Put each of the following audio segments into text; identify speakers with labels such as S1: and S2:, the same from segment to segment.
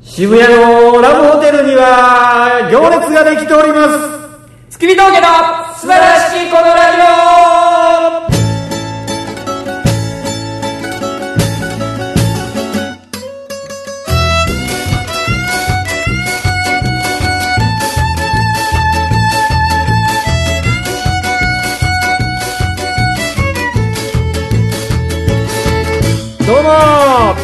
S1: 渋谷のラブホテルには行列ができております
S2: 月見峠の素晴らしいこのラジ
S1: どうも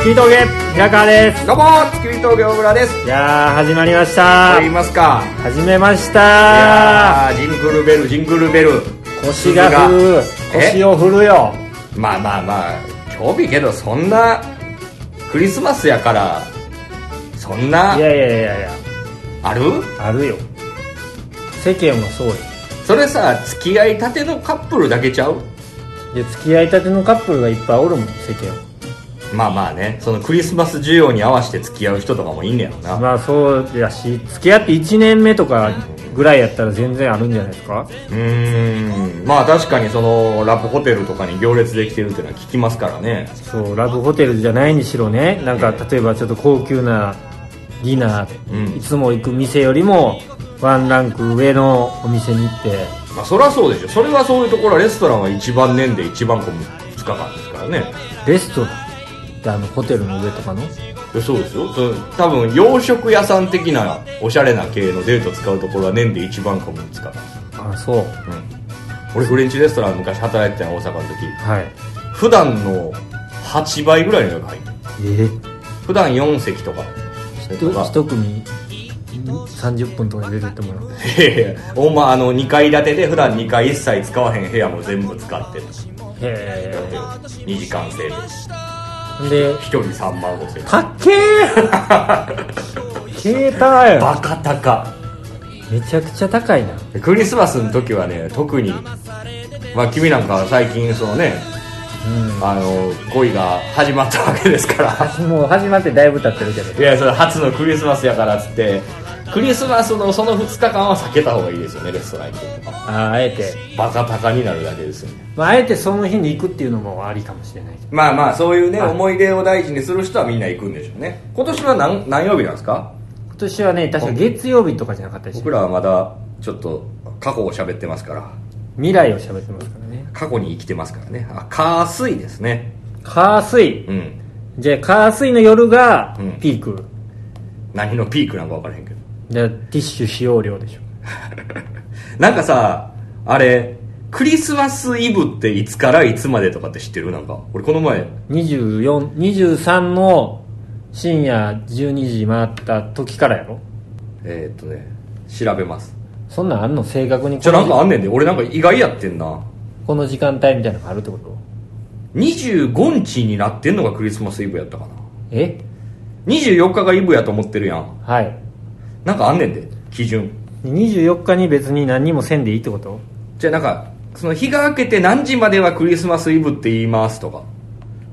S1: 月峠平川です
S2: オどうも月見峠大村です
S1: いやー始まりました、
S2: ありますか
S1: 始めまし
S2: い
S1: た
S2: やージングルベルジングルベル
S1: 腰が振る
S2: え
S1: 腰を振るよ
S2: まあまあまあ今日日けどそんなクリスマスやからそんない
S1: やいやいやいや
S2: ある
S1: あるよ世間もそうよ
S2: それさ付き合いたてのカップルだけちゃう
S1: で付き合いたてのカップルがいっぱいおるもん世間は
S2: まあまあねそのクリスマス需要に合わせて付き合う人とかもいいんねやろな
S1: まあそうやし付き合って1年目とかぐらいやったら全然あるんじゃないですか
S2: うーんまあ確かにそのラブホテルとかに行列できてるっていうのは聞きますからね
S1: そうラブホテルじゃないにしろねなんか例えばちょっと高級なディナー、
S2: うん
S1: いつも行く店よりもワンランク上のお店に行って
S2: まあそりゃそうでしょそれはそういうところはレストランは一番年で一番こうかかですからね
S1: レストランってあのホテルの上とかの
S2: でそうですよその多分洋食屋さん的なおしゃれな系のデート使うところは年で一番かもつかか
S1: あそう
S2: 俺フレンチレストラン昔働いてたよ大阪の時
S1: はい
S2: 普段の8倍ぐらいの額入ってる
S1: え
S2: 普段4席とか
S1: えと一組30分とかで出てってもらう
S2: いやいや ほんまあの2階建てで普段2階一切使わへん部屋も全部使ってる
S1: へ
S2: 2時間制で1
S1: えで
S2: 人3万5千円
S1: たっけー携帯
S2: バカ高
S1: めちゃくちゃ高いな
S2: クリスマスの時はね特にまあ君なんかは最近そのね、あの恋が始まったわけですから
S1: もう始まってだいぶ経ってるけど
S2: いやそれ初のクリスマスやからっつってクリスマスのその2日間は避けた方がいいですよねレストラン行くとか
S1: ああえて、
S2: バカ高になるだけですよね
S1: まあ、あえてその日に行くっていうのもありかもしれないけど
S2: まあまあそういうね
S1: はい
S2: 思い出を大事にする人はみんな行くんでしょうね今年は何何曜日なんですか
S1: 今年はね確か月曜日とかじゃなかったし
S2: 僕らはまだちょっと過去を喋ってますから
S1: 未来を喋ってますからね
S2: 過去に生きてますからねあ火水ですね
S1: 火水
S2: うん
S1: じゃあ火水の夜が
S2: うん
S1: ピーク、
S2: 何のピークなんか分からへんけど
S1: じゃあティッシュ使用量でしょ
S2: なんかさあれクリスマスイブっていつからいつまでとかって知ってるなんか俺この前
S1: 24 23の深夜12時回った時からやろ
S2: えー、っとね調べます
S1: そんなんあんの正確に
S2: じ
S1: こ
S2: ゃあなんか
S1: の
S2: あんねんで俺なんか意外やってんな
S1: この時間帯みたいなのがあるってこと
S2: 25日になってんのがクリスマスイブやったかな
S1: え
S2: 24日がイブやと思ってるやん
S1: はい
S2: なんかあんねんで基準
S1: 24日に別に何もせんでいいってこと
S2: じゃあなんかその日が明けて何時まではクリスマスイブって言いますとか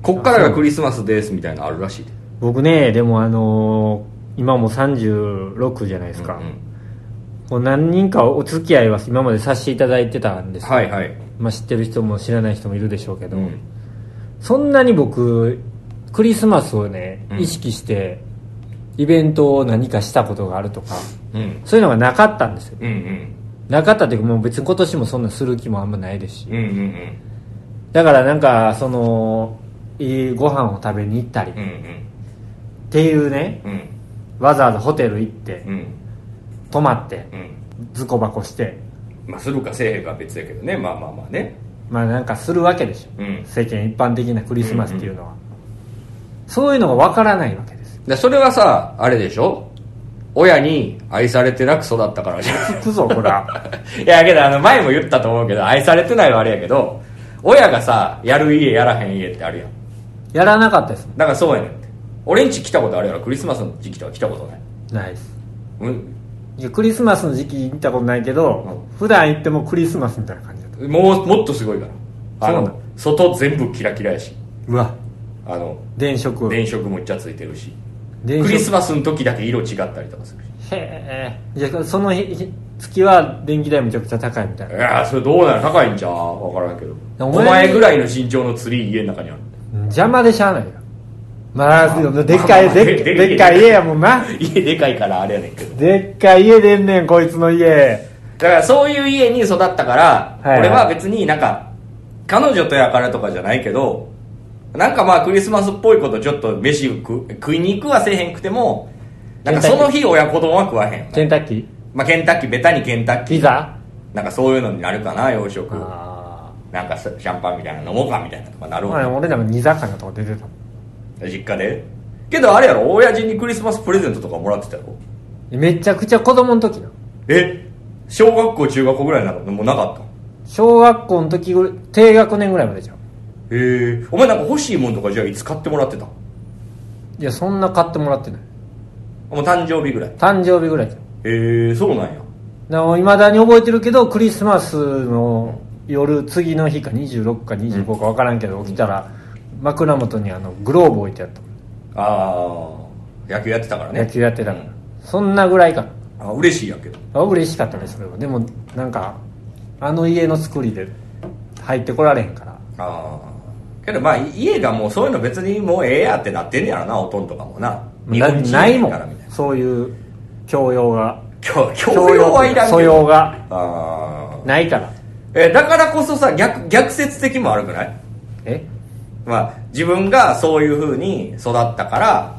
S2: こっからがクリスマスですみたいなのあるらしいで
S1: 僕ねでもあのー今もう36じゃないですか、
S2: うん
S1: もう何人かお付き合いは今までさせていただいてたんですよ、
S2: はいはい、
S1: まあ、知ってる人も知らない人もいるでしょうけど、
S2: うん
S1: そんなに僕クリスマスをね
S2: うん
S1: 意識してイベントを何かしたことがあるとか
S2: うん、
S1: そういうのがなかったんですよ
S2: うんうん
S1: なかったというかもう別に今年もそんなする気もあんまないですし
S2: うんうん
S1: だからなんかそのいいご飯を食べに行ったりっ
S2: うんうん
S1: ていうね
S2: うんうん
S1: わざわざホテル行って
S2: うん
S1: 泊まって
S2: うん
S1: ズコバコして
S2: まあするかせえへんかは別やけどねまあまあまあね
S1: まあなんかするわけでしょ、
S2: うん
S1: 世間一般的なクリスマスっていうのは、そういうのがわからないわけですよ
S2: でそれはさあれでしょ親に愛されてなく育ったからじゃん
S1: 聞くぞこれは
S2: いやけどあの前も言ったと思うけど愛されてないはあれやけど親がさやる家やらへん家ってあるやん
S1: やらなかったですも
S2: だからそうやねんって俺ん家来たことあるやろクリスマスの時期とか来たことない
S1: んないです
S2: うん
S1: いやクリスマスの時期行ったことないけど、普段行ってもクリスマスみたいな感じだった
S2: もうもっとすごいから
S1: そ
S2: あ
S1: うな
S2: の
S1: の
S2: 外全部キラキラやし
S1: うわ
S2: あの
S1: 電飾
S2: 電飾もいっちゃついてるし
S1: 電
S2: ク
S1: 飾
S2: リスマスの時だけ色違ったりとかするし
S1: へえじゃあその日日月は電気代めちゃくちゃ高いみたい
S2: い
S1: な
S2: やーそれどうなの高いんじゃん分からんけど
S1: お
S2: お
S1: 前
S2: 前ぐらいの身長のツリー家の中にある
S1: 邪魔でしゃあないよまあ、でっかい、
S2: まあ
S1: でっ
S2: で
S1: でっかい家やもんな。
S2: 家でかいからあれやねんけど
S1: でっかい家でんねん、こいつの家。
S2: だからそういう家に育ったから、
S1: はいはい
S2: 俺は別になんか彼女とやからとかじゃないけどなんかまあクリスマスっぽいことちょっと飯食食いに行くはせえへんくてもなんかその日親子丼は食わへん、
S1: ケンタッキー
S2: まあ、ケンタッキーベタにケンタッキー
S1: ピザ
S2: なんかそういうのになるかな洋食
S1: あ
S2: なんかシャンパンみたいなの飲もうかみたいなとかな
S1: あ。
S2: る
S1: ま
S2: わ、
S1: あ、俺らも煮魚とか出てたもん。
S2: 実家でけどあれやろ親父にクリスマスプレゼントとかもらってたやろ
S1: めちゃくちゃ子供の時な。
S2: え小学校中学校ぐらいなのもうなかったへ
S1: 小学校の時ぐらい、低学年ぐらいまでじゃん。
S2: えお前なんか欲しいもんとかじゃあいつ買ってもらってた
S1: いや、そんな買ってもらってない。
S2: もう誕生日ぐらいへ
S1: 誕生日ぐらいじゃん。
S2: えそうなんや
S1: いまだに覚えてるけどクリスマスの夜次の日か26か25か分からんけど、起きたら枕元にあのグローブ置いてあったもん、
S2: ああ野球やってたからね
S1: 野球やってたから、
S2: うん
S1: そんなぐらいか
S2: あ嬉しいやけど
S1: あ嬉しかったねそれはでもなんかあの家の作りで入ってこられへんから
S2: ああけどまあ家がもうそういうの別にもうええやってなってんねやろなおとんとかもな
S1: な
S2: 日本人や
S1: ないも
S2: からみたい
S1: んそういう教養が
S2: な教教養はいらん
S1: 素
S2: けど
S1: 養が
S2: ああ
S1: ないから
S2: えだからこそさ逆逆説的も悪くない
S1: え
S2: まあ、自分がそういう風に育ったから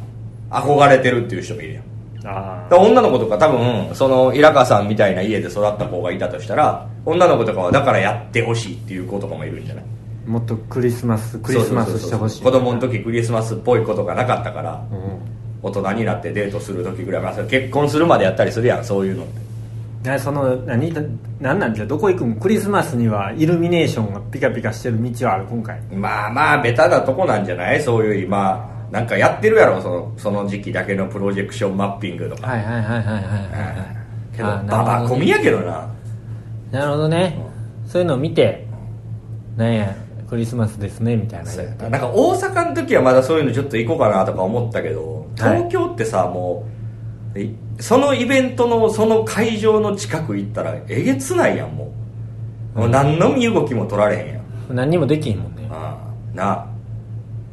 S2: 憧れてるっていう人もいるやん
S1: あ
S2: だから女の子とか多分その平川さんみたいな家で育った子がいたとしたら女の子とかはだからやってほしいっていう子とかもいるんじゃない
S1: あもっとクリスマスクリスマスしてほしい
S2: そうそうそうそう子供の時クリスマスっぽいことがなかったから
S1: うん
S2: 大人になってデートする時ぐらい、まあ、それ結婚するまでやったりするやんそういうのって
S1: なその何だ何なんじゃどこ行くんクリスマスにはイルミネーションがピカピカしてる道はある今回
S2: まあまあベタなとこなんじゃないそういう今なんかやってるやろそのその時期だけのプロジェクションマッピングとか、
S1: はいはいはいはいはい
S2: けどババコミやけどな
S1: なるほどねそういうのを見てなんやクリスマスですねみたいな
S2: そうやななんか大阪の時はまだそういうのちょっと行こうかなとか思ったけど東京ってさ、もういそのイベントのその会場の近く行ったらえげつないやんもうもう何の身動きも取られへんやん、
S1: 何にもできへんもんね
S2: ああなあ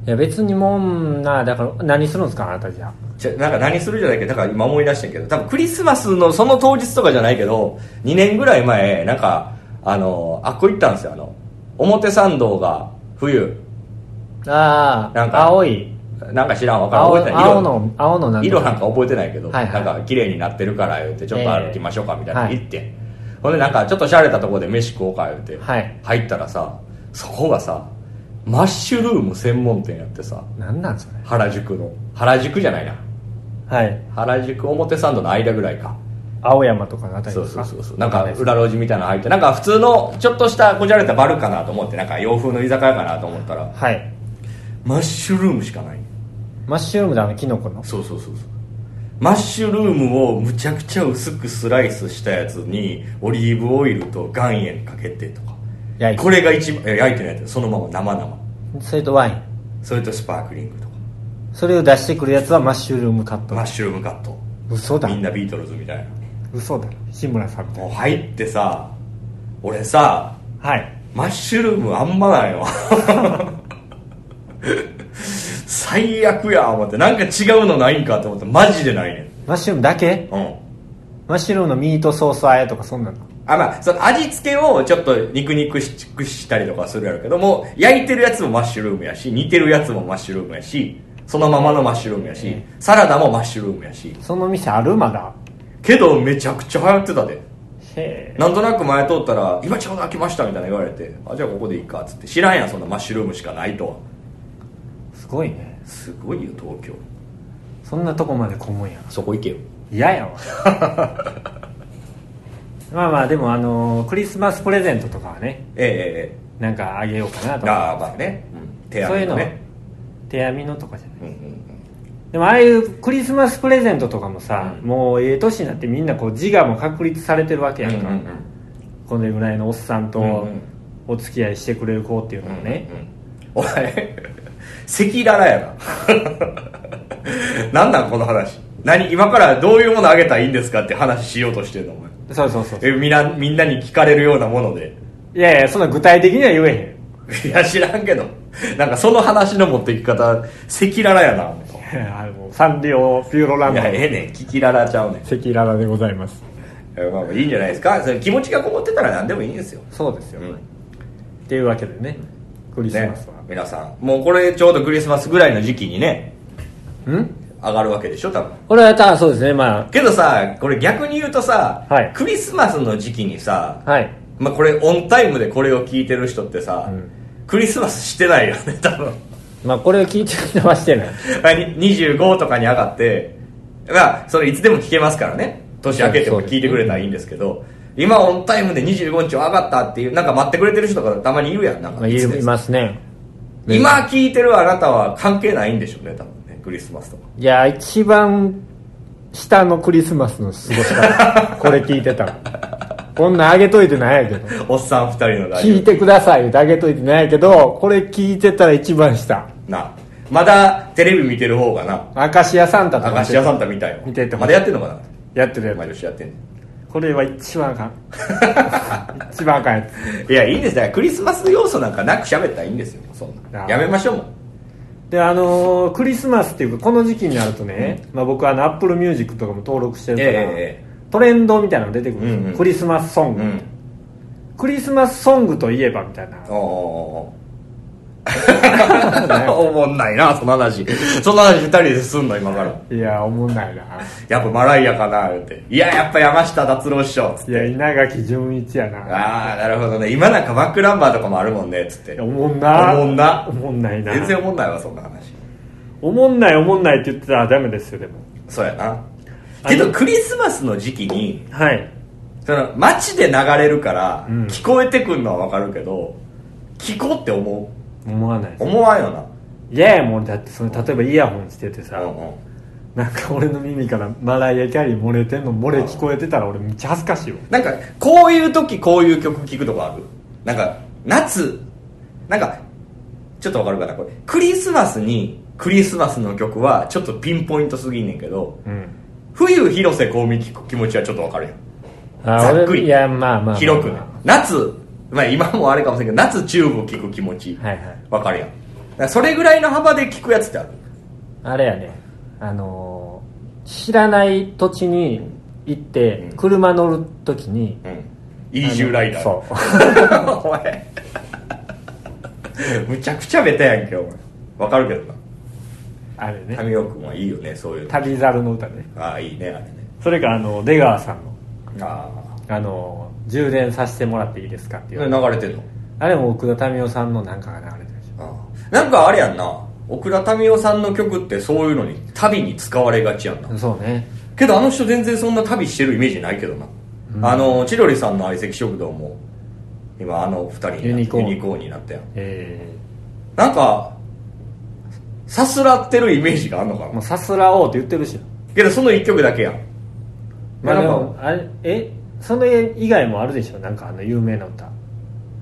S1: いや別にもんなだから何するんですかあなたじゃあ
S2: ちょなんか何するじゃないけどだから今思い出してんけど多分クリスマスのその当日とかじゃないけど2年ぐらい前なんかあのあっこ行ったんですよあの表参道が冬
S1: あ
S2: なん
S1: あ
S2: か
S1: 青い
S2: なんか知らんわからん
S1: 青
S2: 覚えてない
S1: 青の青のなんと
S2: 色なんか覚えてないけど、
S1: はいはい
S2: なんか綺麗になってるから言ってちょっと歩きましょうかみたいな、
S1: ええ
S2: 行って、ほんでなんかちょっとしゃれたところで飯食おうか言って、
S1: はい
S2: 入ったらさそこがさマッシュルーム専門店やってさ
S1: 何なんそれ
S2: 原宿の原宿じゃないな
S1: はい
S2: 原宿表参道の間ぐらいか
S1: 青山とかのあたり
S2: そ
S1: で
S2: う
S1: す
S2: そ
S1: か
S2: うそうそうなんか裏路地みたいなの入ってなんか普通のちょっとしたこじゃれたバルかなと思ってなんか洋風の居酒屋かなと思ったら
S1: はい
S2: マッシュルームしかない
S1: マッシュルームだあのキノコの
S2: そうそうそうそうマッシュルームをむちゃくちゃ薄くスライスしたやつにオリーブオイルと岩塩かけてとか
S1: 焼いて
S2: これが一番いや焼いてないやつそのまま生々
S1: それとワイン
S2: それとスパークリングとか
S1: それを出してくるやつはマッシュルームカット
S2: マッシュルームカット
S1: 嘘だ
S2: みんなビートルズみたいな
S1: 嘘だ志村さんみたい
S2: もう入ってさ俺さ
S1: なはい
S2: マッシュルームあんまないわ 最悪や思ってなんか違うのないんかと思ってマジでないね
S1: マッシュルームだけ
S2: んうん
S1: マッシュルームのミートソースあえとかそんなの
S2: あまあ、その味付けをちょっと肉肉しくしたりとかするやろうけども焼いてるやつもマッシュルームやし煮てるやつもマッシュルームやしそのままのマッシュルームやし、サラダもマッシュルームやし
S1: その店あるまだ
S2: けどめちゃくちゃ流行ってたで
S1: へ
S2: なんとなく前通ったら「今ちょうど開きました」みたいな言われて「あじゃあここでいいか」っつって知らんやんそんなマッシュルームしかないとは
S1: えすごいね
S2: すごいよ東京
S1: そんなとこまでこむんや
S2: そこ行けよ
S1: 嫌やわ まあまあでもあのークリスマスプレゼントとかはね
S2: ええ
S1: なんかあげようかな
S2: え
S1: と
S2: え
S1: か
S2: ああまあね、うん、手
S1: そういう
S2: 洗い
S1: の
S2: のね
S1: 手編みのとかじゃない
S2: うんうん
S1: でもああいうクリスマスプレゼントとかもさ、
S2: うん
S1: もうええ年になってみんなこう自我も確立されてるわけやんか、
S2: うんうんうん
S1: このぐらいのおっさん
S2: うん
S1: と
S2: うん
S1: お付き合いしてくれる子っていうのもね、
S2: お前赤裸々やな なんなんこの話何今からどういうものあげたらいいんですかって話しようとしてるのお前
S1: そうそうそう
S2: えみなみんなに聞かれるようなもので
S1: いやいやそんな具体的には言え
S2: いや知らんけどなんかその話の持っていき方赤裸々やな思う
S1: あのサンリオピューロラン
S2: い
S1: ド
S2: やええねんキキララちゃうねん
S1: 赤裸々でございます
S2: えまあまあいいんじゃないですかその気持ちがこもってたら何でもいいんですよ、
S1: そうですよ、
S2: うん
S1: っていうわけでねクリス
S2: ね
S1: マスは、、
S2: 皆さんもうこれちょうどクリスマスぐらいの時期にね
S1: うん
S2: 上がるわけでしょ多分
S1: これはただそうですねま
S2: けどさこれ逆に言うとさ、
S1: はい
S2: クリスマスの時期にさ、
S1: あはい
S2: まあ、これオンタイムでこれを聞いてる人ってさ、
S1: うん
S2: クリスマスしてないよね多分
S1: まあこれを聞いてる人はしてない
S2: あに25とかに上がって、まあ、それいつでも聞けますからね年明けても聞いてくれたらいいんですけど今オンタイムで25日上がったっていうなんか待ってくれてる人とかたまにいるやんなん
S1: まあ
S2: か
S1: い
S2: いつ
S1: る
S2: で
S1: い
S2: す
S1: ますね
S2: 今聞いてるあなたは関係ないんでしょうね多分ねクリスマスとか
S1: いや一番下のクリスマスの過ごし 方これ聞いてたのこんなんあげといてないやけど
S2: おっさん2人のラジ
S1: 聞いてくださいってあげといてないやけどこれ聞いてたら一番下
S2: オなまだテレビ見てる方がな
S1: アカシアサンタとか
S2: 明石家サンタみたいな
S1: 見てて
S2: まだやってんのか
S1: やってる
S2: な
S1: や
S2: 毎
S1: つ
S2: 年やってんねん
S1: これは一番あか ん一番あかんやつ
S2: いやいいんですだからクリスマス要素なんかなく喋ったらいいんですよそんな
S1: あー
S2: やめましょうもん
S1: であのークリスマスっていうかこの時期になるとね、まあ、僕はあのアップルミュージックとかも登録してるから、
S2: えええ
S1: トレンドみたいなの出てくるんですよ、
S2: うんうん
S1: クリスマスソング、
S2: うん
S1: クリスマスソングといえばみたいな
S2: おおーおもんないなその話その話二人ですんの今から
S1: いや思んないな
S2: やっぱマライアかなっていややっぱ山下達郎師匠つっ
S1: い
S2: て
S1: や稲垣潤一やな
S2: ああなるほどね今なんかバックナンバーとかもあるもんねつって
S1: おもんな
S2: おもんな
S1: おもんないな
S2: 全然おもんないわそんな話
S1: おもんないおもんないって言ってたらダメですよでも
S2: そうやなけ
S1: あ
S2: ど
S1: の
S2: クリスマスの時期に
S1: はい
S2: その街で流れるから
S1: うん
S2: 聞こえてくるのはわかるけど、聞こうって思
S1: 思わないで
S2: う
S1: す
S2: 思わんよ
S1: いやいやもうだってその例えばイヤホンしててさ、
S2: な、うんうん
S1: なんか俺の耳からマライア・キャリー漏れてんの漏れ聞こえてたら俺めっちゃ恥ずかしいよ
S2: なんかこういう時こういう曲聴くとかあるなんか夏なんかちょっとわかるかなこれクリスマスにクリスマスの曲はちょっとピンポイントすぎんねんけど
S1: うん
S2: 冬広瀬香美聞く気持ちはちょっとわかるやん
S1: あ
S2: ざっく
S1: 俺
S2: り
S1: いやまあまあまあ
S2: 広くね夏、まあ、今もあれかもしれんけど夏チューブ聴く気持ち
S1: はいはい
S2: わかるやんだからそれぐらいの幅で聴くやつってある
S1: あれやねあのー知らない土地に行って
S2: うん
S1: 車乗るときに
S2: うんイージューライダー
S1: そう
S2: お前むちゃくちゃベタやんけお前わかるけどな
S1: あれね
S2: 神尾君はいいよねそういうの
S1: 旅猿の歌ね
S2: ああいいねあれね
S1: それからあの出川さんの
S2: あ
S1: あのー充電させてもらっていいですかって
S2: あ
S1: いう
S2: 流れてんの
S1: あれも奥田民生さんのなんかが流れてるでし
S2: ああなんかあれやんな奥田民生さんの曲ってそういうのに旅に使われがちやんな
S1: ょそうね
S2: けどあの人全然そんな旅してるイメージないけどな、あの千鳥さんの相席食堂も今あの二人になって
S1: ユニコーン
S2: ユニコーンになったやん
S1: え
S2: なんかさすらってるイメージがあんのか
S1: ー、
S2: な
S1: もうさすらおうって言ってるし
S2: けどその一曲だけやん
S1: まあ
S2: なん
S1: で
S2: か
S1: もあれえその絵以外もあるでしょなんかあの有名な歌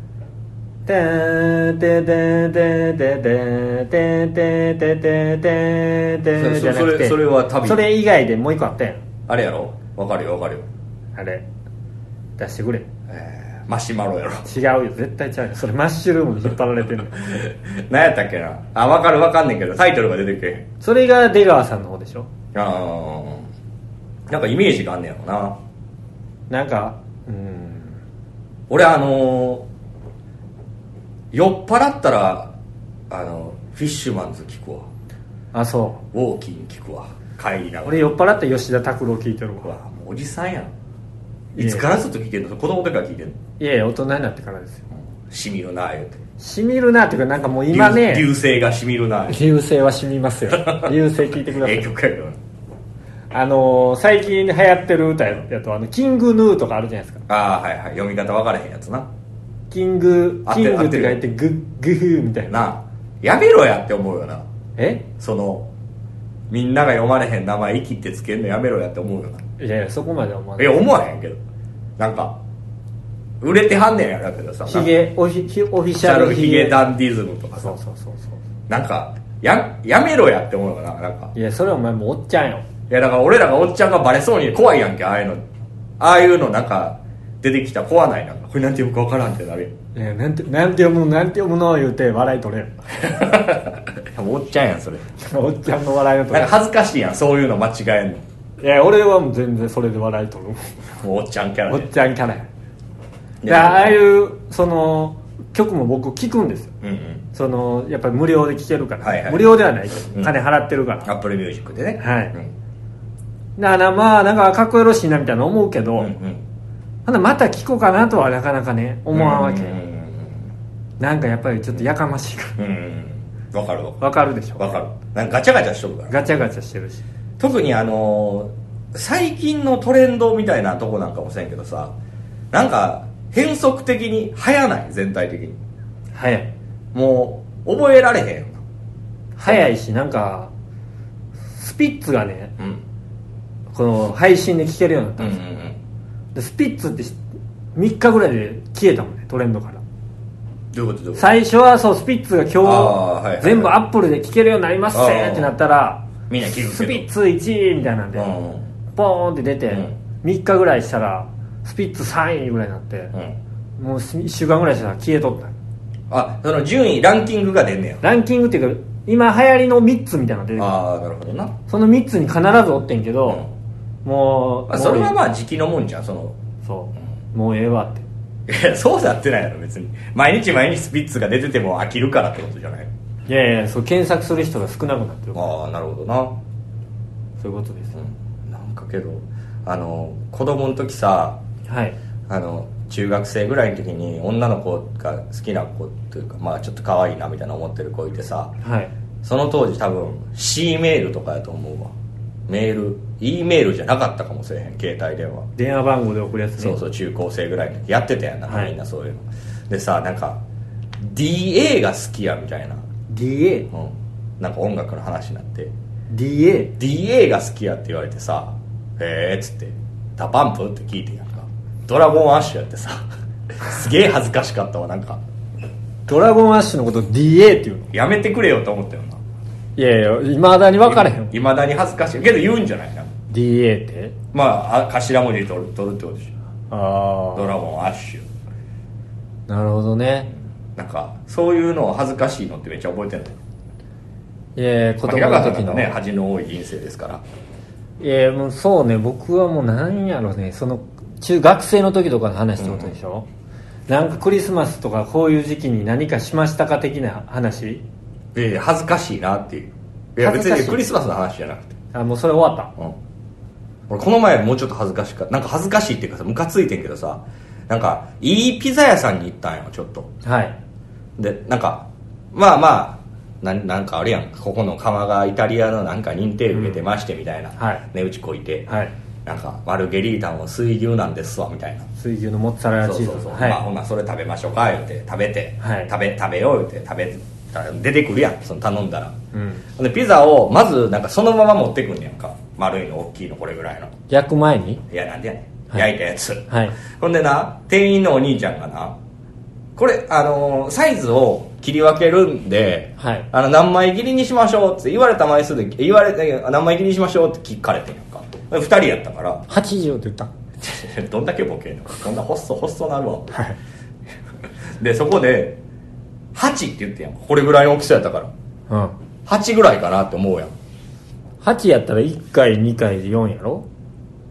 S1: 「てーてーてーてーてーてーてーてーてーてーてーてー」
S2: そ
S1: じゃなく
S2: それ
S1: て
S2: それは旅
S1: それ以外でもう一個あったやん
S2: あれやろわかるよわかるよ、
S1: あれ出してくれ違
S2: えーマシュマロやろ
S1: うよ絶対違うよそれマッシュルームに引っ張られてんの
S2: 何やったっけなあわかるわかんねんけどタイトルが出てけへん
S1: それが出川さんの方でしょ
S2: ああなんかイメージがあんねやろな
S1: なんかうん
S2: 俺あのー酔っ払ったらあのフィッシュマンズ聞くわ
S1: あそ
S2: ウォーキン聞くわ帰
S1: う
S2: りながら
S1: 俺酔っ払った吉田拓郎聞いてる
S2: う
S1: わ
S2: わもうおじさんやん
S1: いえ
S2: いつからずっと聞いてんの子供の時から聞いてんの
S1: いやいや大人になってからですよ
S2: しみるな言うて
S1: しみるなっていうかなんかもう今ね
S2: 流流星がしみるな 言うて
S1: 流星は染みます よ流星聞いてくださ
S2: ええ
S1: い
S2: 曲やけどな
S1: あのー最近流行ってる歌やとあのキングヌーとかあるじゃないですか
S2: ああはいはい読み方分からへんやつな
S1: キング
S2: 合っ
S1: キ
S2: て
S1: ン
S2: る
S1: グって書いてグッグフーみたいな
S2: なあやめろやって思うよな
S1: え
S2: そのみんなが読まれへん名前「息」ってつけんのやめろやって思うよない
S1: やいやそこまでは思わない
S2: え思わへんけどなんか売れてはんねんやろうけどさ
S1: ヒゲオフィヒオフィ
S2: シ
S1: シャ
S2: ャ
S1: ル
S2: ルヒゲ
S1: だ
S2: ダンディズムとか
S1: そ
S2: さ
S1: うそうそうそう
S2: なんかややめろやって思うよななんか
S1: いやそれお前もうおっちゃんよ
S2: いやだから俺らがおっちゃんがバレそうに怖いやんけああいうのああいうのなんか出てきた子はないなんかこれなんて読むか分からんってなる
S1: えーなんてなんて読むのなんて読むの言うて笑い取れん
S2: やんおっちゃんやんそれ
S1: おっちゃんの笑いの取
S2: なんか恥ずかしいやんそういうの間違えんの
S1: れんいや俺はもう全然それで笑い取る
S2: もうおっちゃんキャ
S1: お
S2: ラ
S1: っ
S2: で
S1: ちゃんキャラや
S2: い
S1: で
S2: や
S1: ああいうその曲も僕聞くんですよ
S2: うんうん
S1: そのやっぱり無料で聴けるから、
S2: はいはい
S1: 無料ではないけど、
S2: うん
S1: 金払ってるから
S2: アップルミュージックでね
S1: はい
S2: うん
S1: だからまあなんかかっこよろしいなみたいな思うけど、
S2: うんうん
S1: ほんなまた聴こうかなとはなかなかね思わんわけ、
S2: うん
S1: なんかやっぱりちょっとやかましいか
S2: うんうんうん分かる分から
S1: わかるでし
S2: る
S1: ょ
S2: 分かるなんかガチャガチャしとるから
S1: ガチャガチャしてるし
S2: 特にあのー最近のトレンドみたいなとこなんかもせんけどさなんか変則的に流行ない全体的に
S1: 早い
S2: もう覚えられへんよ
S1: 早いしなんかスピッツがね
S2: なうん
S1: この配信で聴けるようになった
S2: うんん
S1: で
S2: う
S1: す
S2: ん
S1: よ、でスピッツって3日ぐらいで消えたもんねトレンドから
S2: どういうことどういうこと
S1: 最初はそうスピッツが今日、
S2: あーはいはい
S1: 全部アップルで聴けるようになります
S2: あ
S1: せ
S2: ー
S1: ってなったら
S2: みんな気
S1: ス
S2: づ
S1: ピ
S2: け
S1: ッツ1位みたいなんで、
S2: どうん
S1: ポーンって出て、
S2: うん
S1: 3日ぐらいしたらスピッツ3位ぐらいになって、
S2: うん
S1: もう1週間ぐらいしたら消えとった
S2: あその順位ランキングが出んね
S1: ランキングっていうか今流行りの3つみたいなの出てく
S2: や
S1: る
S2: ああなるほどな
S1: その3つに必ずおってんけど、もう
S2: まあそれは
S1: もう
S2: まあ時期のもんじゃんその
S1: ええそうもうええわって
S2: いや そうだってないやろ別に毎日毎日スピッツが出てても飽きるからってことじゃない
S1: いやいやそう検索する人が少なくなってる
S2: ああなるほどな
S1: そういうことですよ、
S2: うんなんかけどあの子供の時さ
S1: はい
S2: あの中学生ぐらいの時に女の子が好きな子というかまあちょっと可愛いなみたいな思ってる子いてさ
S1: はい
S2: その当時多分 C メールとかやと思うわメール E メールじゃなかったかもしれへん携帯電話
S1: 電話番号で送るやつね
S2: そうそう中高生ぐらいの時やってたやんな、
S1: はい
S2: みんなそういうのでさなんか DA が好きやみたいな、
S1: DADA
S2: うん、なんか音楽の話になって、DA が好きやって言われてさ「へえ」っつって「ダパンプ?」って聞いてなんか「ドラゴンアッシュ」やってさ すげえ恥ずかしかったわなんか
S1: ドラゴンアッシュのこと DA っていうの
S2: やめてくれよと思ったよない
S1: やいやいまだに分からへん
S2: いまだに恥ずかしいけど言うんじゃないな
S1: DA って
S2: まああ頭文字取る取るってことでし
S1: あ
S2: ょド
S1: あ
S2: ラゴンアッシュ
S1: なるほどね
S2: なんかそういうのを恥ずかしいのってめっちゃ覚えてんの
S1: いや子供
S2: 明ら
S1: の
S2: か
S1: 時
S2: な
S1: の、
S2: ね恥の多い人生ですから
S1: いやもうそうね僕はもうなんやろねその中学生の時とかの話ってことでしょ、なんかクリスマスとかこういう時期に何かしましたか的な話
S2: で恥ずかしいなっていういや
S1: 恥
S2: 別
S1: ずかしい
S2: にクリスマスの話じゃなくて
S1: あもうそれ終わっ
S2: うん、俺この前もうちょっと恥ずかしかなんか恥ずかしいっていうかさムカついてんけどさなんかいいピザ屋さんに行ったんよちょっと
S1: たはい
S2: でなんかまあまあなんなんかあれやんここの釜がイタリアのなんか認定受けてましてみたいな、
S1: んはい
S2: 値打ちこいて、
S1: はい
S2: なんかマルゲリータも水牛なんですわみたいな
S1: 水牛のモッツァレラ
S2: そ
S1: チ
S2: う
S1: ーズ
S2: そうそう、
S1: はい、
S2: まあほなそれ食べましょうか言うて食べて、
S1: はい
S2: 食べ食べよう言うて食べたら出てくるやんその頼んだら
S1: うん、
S2: でピザをまずなんかそのまま持ってくんねやんか丸いの大きいのこれぐらいの
S1: 焼く前に
S2: いやなんでやねん、
S1: はい
S2: 焼いたやつ、
S1: はい
S2: ほんでな店員のお兄ちゃんがなこれあのーサイズを切り分けるんで、
S1: はい
S2: あの何枚切りにしましょうって言われた枚数で言われて何枚切りにしましょうって聞かれてんやんか2人やったから
S1: 80って言った
S2: どんだけボケんのかこんなホッソホッソなるわ
S1: はい
S2: でそこで8って言ってんやんこれぐらいの大きさやったから
S1: うん
S2: 8ぐらいかなって思うやん
S1: 8やったら1回2回4やろ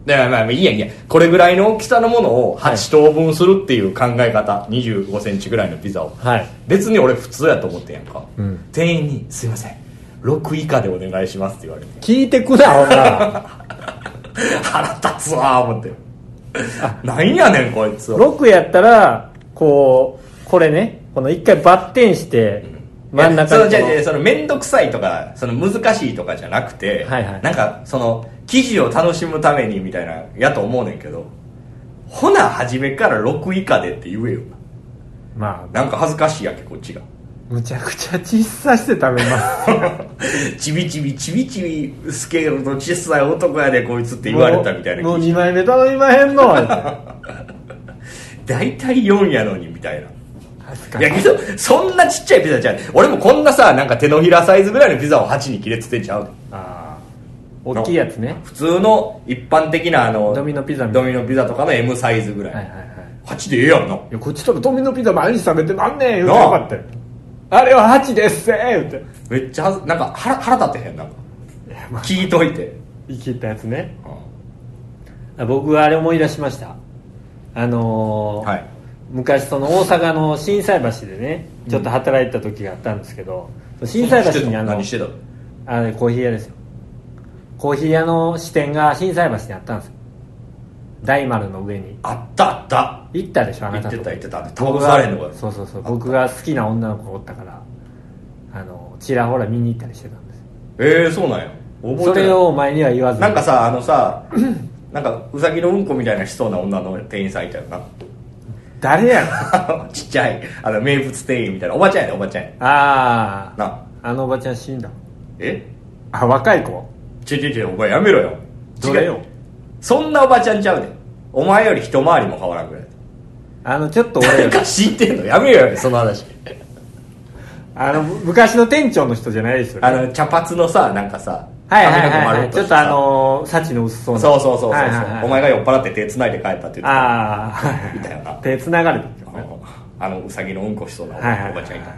S2: でまあ、いいやいいやこれぐらいの大きさのものを8等分するっていう考え方、2 5ンチぐらいのピザを
S1: はい
S2: 別に俺普通やと思ってんやんか、
S1: うん
S2: 店員に「すいません6以下でお願いします」って言われて
S1: 聞いてくなほんなら
S2: 腹立つわー思って なんやねんこいつ
S1: 6やったらこうこれねこの1回バッテンして真ん中に
S2: いやそのじゃあ
S1: この
S2: じゃあその面倒くさいとかその難しいとかじゃなくて、
S1: はいはい
S2: なんかその生地を楽しむためにみたいなやと思うねんけどほな初めから6以下でって言えよ
S1: まあ
S2: なんか恥ずかしいやんけこっちが
S1: むちゃくちゃ小さして食べます
S2: ちびちびちびちびスケールの小さい男やでこいつって言われたみたいな
S1: もうもう2
S2: 記事
S1: 枚目頼みまへん の恥
S2: 大体4やのにみたいな
S1: ずか
S2: い
S1: しい
S2: やけどそんなちっちゃいピザじゃない俺もこんなさなんか手のひらサイズぐらいのピザを8に切れつってんちゃう
S1: あー大きいやつね
S2: 普通の一般的なあの
S1: ドミノピザみた
S2: ド
S1: いな
S2: ミノピザとかの M サイズぐらい、
S1: はいはいはい
S2: 8でええやんない
S1: やこっちとかドミノピザ毎日食べてなんねん言うて
S2: なあ
S1: よかったよあれは8ですせー言うて
S2: めっちゃはずなんか腹腹立ってへんなんか聞いといて、
S1: 生きったやつね
S2: う
S1: あ僕はあれ思い出しましたあの
S2: ん
S1: ー
S2: はい
S1: 昔その大阪の心斎橋でねちょっと働いてた時があったんですけど、心斎橋にあの
S2: 何してたの
S1: あれコーヒー屋ですよコーヒー屋の支店が心斎橋にあったんですよ大丸の上に
S2: あったあった
S1: 行ったでしょあな
S2: 言
S1: た
S2: って
S1: と
S2: た言ってたタバコ吸われんのか
S1: そうそうそう僕が好きな女の子おったからあのちらほら見に行ったりしてたんです
S2: ええー、そうなんや覚えて
S1: そ
S2: ない
S1: れをお前には言わず
S2: なんかさあのさ なんかウサギのうんこみたいなしそうな女の店員さんいたよ
S1: 誰やろ
S2: な ちっちゃいあの名物店員みたいなおばちゃんやでおばちゃんや
S1: ああ
S2: な
S1: あのおばちゃん死んだ
S2: え
S1: あ若い子
S2: ちょちょちょお前やめろよ
S1: どれよ
S2: そんなおばちゃんちゃうでお前より一回りも変わらんぐらい
S1: あのちょっと俺
S2: 誰
S1: より
S2: か知ってんのやめよやめその話
S1: あの昔の店長の人じゃないですよね
S2: あの茶髪のさなんかさ
S1: はいはいはい、
S2: 髪の毛丸
S1: はい、
S2: と
S1: ちょっ
S2: した
S1: と
S2: さ
S1: あのー、幸の薄そうな
S2: そうそうそうそう、
S1: はいはいはい
S2: お前が酔っ払って手繋いで帰ったって言ってた
S1: ああ
S2: いたよな
S1: 手つながれてる
S2: あのあのうさぎのうんこしそうなお
S1: はいはい
S2: ばちゃんいた、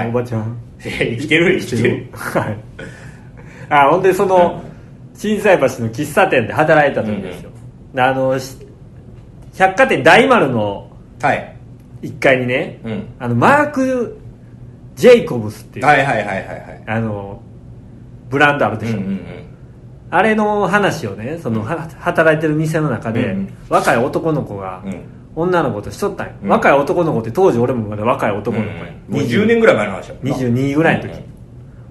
S1: あのおばちゃん、
S2: 生きてる生きてる
S1: はいあほんでその心斎橋の喫茶店で働いた時ですよ、であのし百貨店大丸の
S2: はい、
S1: 1階にね、
S2: うん、
S1: あのマーク・ジェイコブスっていう、
S2: はいはいはいはいはい
S1: あのブランドある
S2: う
S1: で
S2: ん
S1: し
S2: う
S1: ょ、
S2: んうん
S1: あれの話をねその、は働いてる店の中で、
S2: うんうん
S1: 若い男の子が、
S2: うん
S1: 女の子としとったんよ、
S2: うん
S1: 若い男の子って当時俺もまだ若い男の子や、
S2: もう10年ぐらい前の話だ
S1: 22ぐらいの時、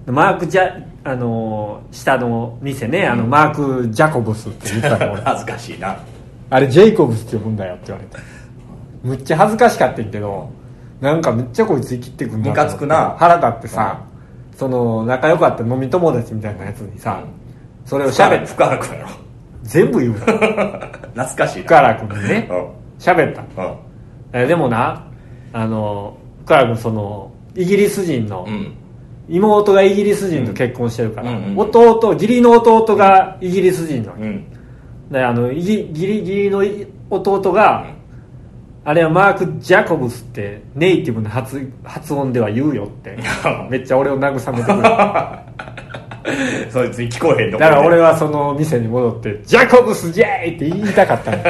S2: うん
S1: マーク・ジャあのー下の店ねあのマーク・ジャコブスって言ったの俺
S2: 恥ずかしいな
S1: あれジェイコブスって呼ぶんだよって言われてむっちゃ恥ずかしかったんやけどなんかむっちゃこいつ生きてくんなと思って
S2: ムカつくな
S1: 腹立ってさ、その仲良かった飲み友達みたいなやつにさ、それを
S2: しゃべ
S1: 喋
S2: る
S1: って
S2: 福原君やろ
S1: 全部言うの 福
S2: 懐かしいな
S1: 原君にね
S2: う
S1: 喋った
S2: んうん
S1: えでもなあの福原君そのイギリス人の、
S2: うん
S1: 妹がイギリス人と結婚してるから、
S2: うんうん
S1: 弟義理の弟がイギリス人なの、
S2: うん
S1: であのイギ義理義理の弟が、
S2: うん
S1: あれはマーク・ジャコブスってネイティブの発発音では言うよって めっちゃ俺を慰めてくれた
S2: そいつに聞こえへんの
S1: だから俺はその店に戻って「ジャコブスジェイ!」って言いたかったのっ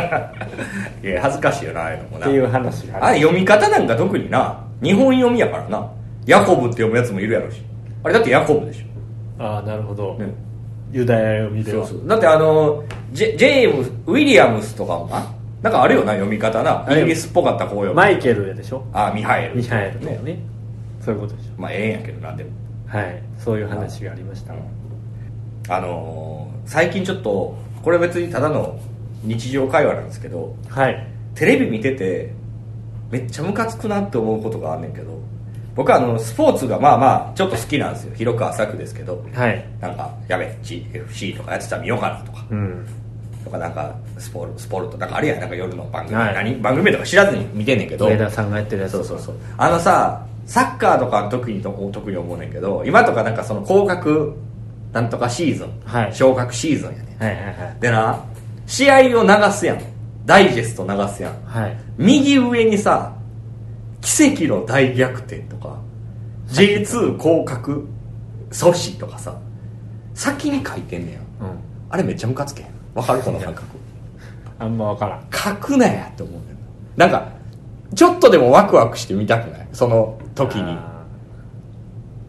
S2: いや恥ずかしいよなああいうのもな
S1: ていう話が
S2: あ
S1: あ
S2: れ
S1: る
S2: 読み方なんか特にな日本読みやからなヤコブって読むやつもいるやろしあれだってヤコブでし
S1: ああなるほど、
S2: ょ、ね、
S1: ユダヤ読みで
S2: そ
S1: は
S2: うそうだってあのジェジェームスウィリアムスとかもななんかあるよな読み方なイギリスっぽかったこう読む
S1: マイケルやでしょ
S2: あミハエル
S1: ミハエルだよねそういうことでしょ
S2: まあええんやけどなでも
S1: はいそういう話がありました、
S2: あのー最近ちょっとこれ別にただの日常会話なんですけど
S1: はい
S2: テレビ見ててめっちゃムカつくなって思うことがあんねんけど僕はあのスポーツがまあまあちょっと好きなんですよ広く浅くですけど
S1: はい
S2: なんかやべ GFC とかやってたら見ようかなとか
S1: うん
S2: とかなんかスポルスポルトなんかあるやんなんか夜の番組、
S1: はい
S2: 何番組名とか知らずに見てんねんけど
S1: 上田さんがやってるやつ
S2: そうそうそうあのさサッカーとかの時にと特に思うねんけど今とかなんかその降格なんとかシーズン、
S1: はい
S2: 昇格シーズンやね
S1: はいはいはい
S2: んでな試合を流すやんダイジェスト流すやん
S1: はい
S2: 右上にさ「奇跡の大逆転」とか「J2 降格阻止」とかさ先に書いてんねや
S1: うん
S2: あれめっちゃムカつけへんわかるこの感覚
S1: あんま分からん
S2: 書くなやって思うねんななんかちょっとでもワクワクして見たくないその時に
S1: あ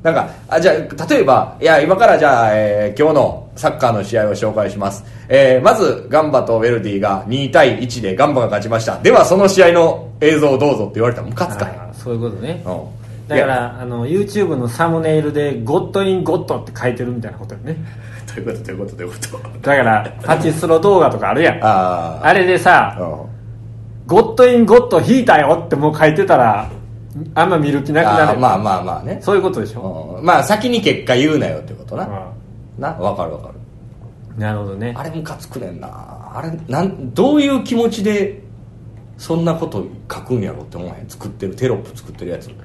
S2: なんかあじゃあ例えばいや今からじゃあ、えー今日のサッカーの試合を紹介します、えーまずガンバとヴェルディが2対1でガンバが勝ちましたではその試合の映像をどうぞって言われたらムカ
S1: ー
S2: つかへん
S1: あーそういうことね
S2: うん
S1: だか
S2: いや
S1: らあの YouTube のサムネイルで「ゴッド・イン・ゴッド」って書いてるみたいなことよね
S2: ということということということ
S1: だからパチスロ動画とかあるやんあ
S2: あ
S1: れで
S2: あ
S1: さ「ゴッド・イン・ゴッド引いたよ」ってもう書いてたらあんま見る気なくな
S2: あ
S1: る、
S2: まあまあまあね
S1: そういうことでしょ、
S2: うんまあ先に結果言うなよってことな、
S1: う
S2: なわかるわかる
S1: んなるほどね
S2: あれムカつくねんなあれなんどういう気持ちでそんなこと書くんやろって思わへん作ってるテロップ作ってるやつい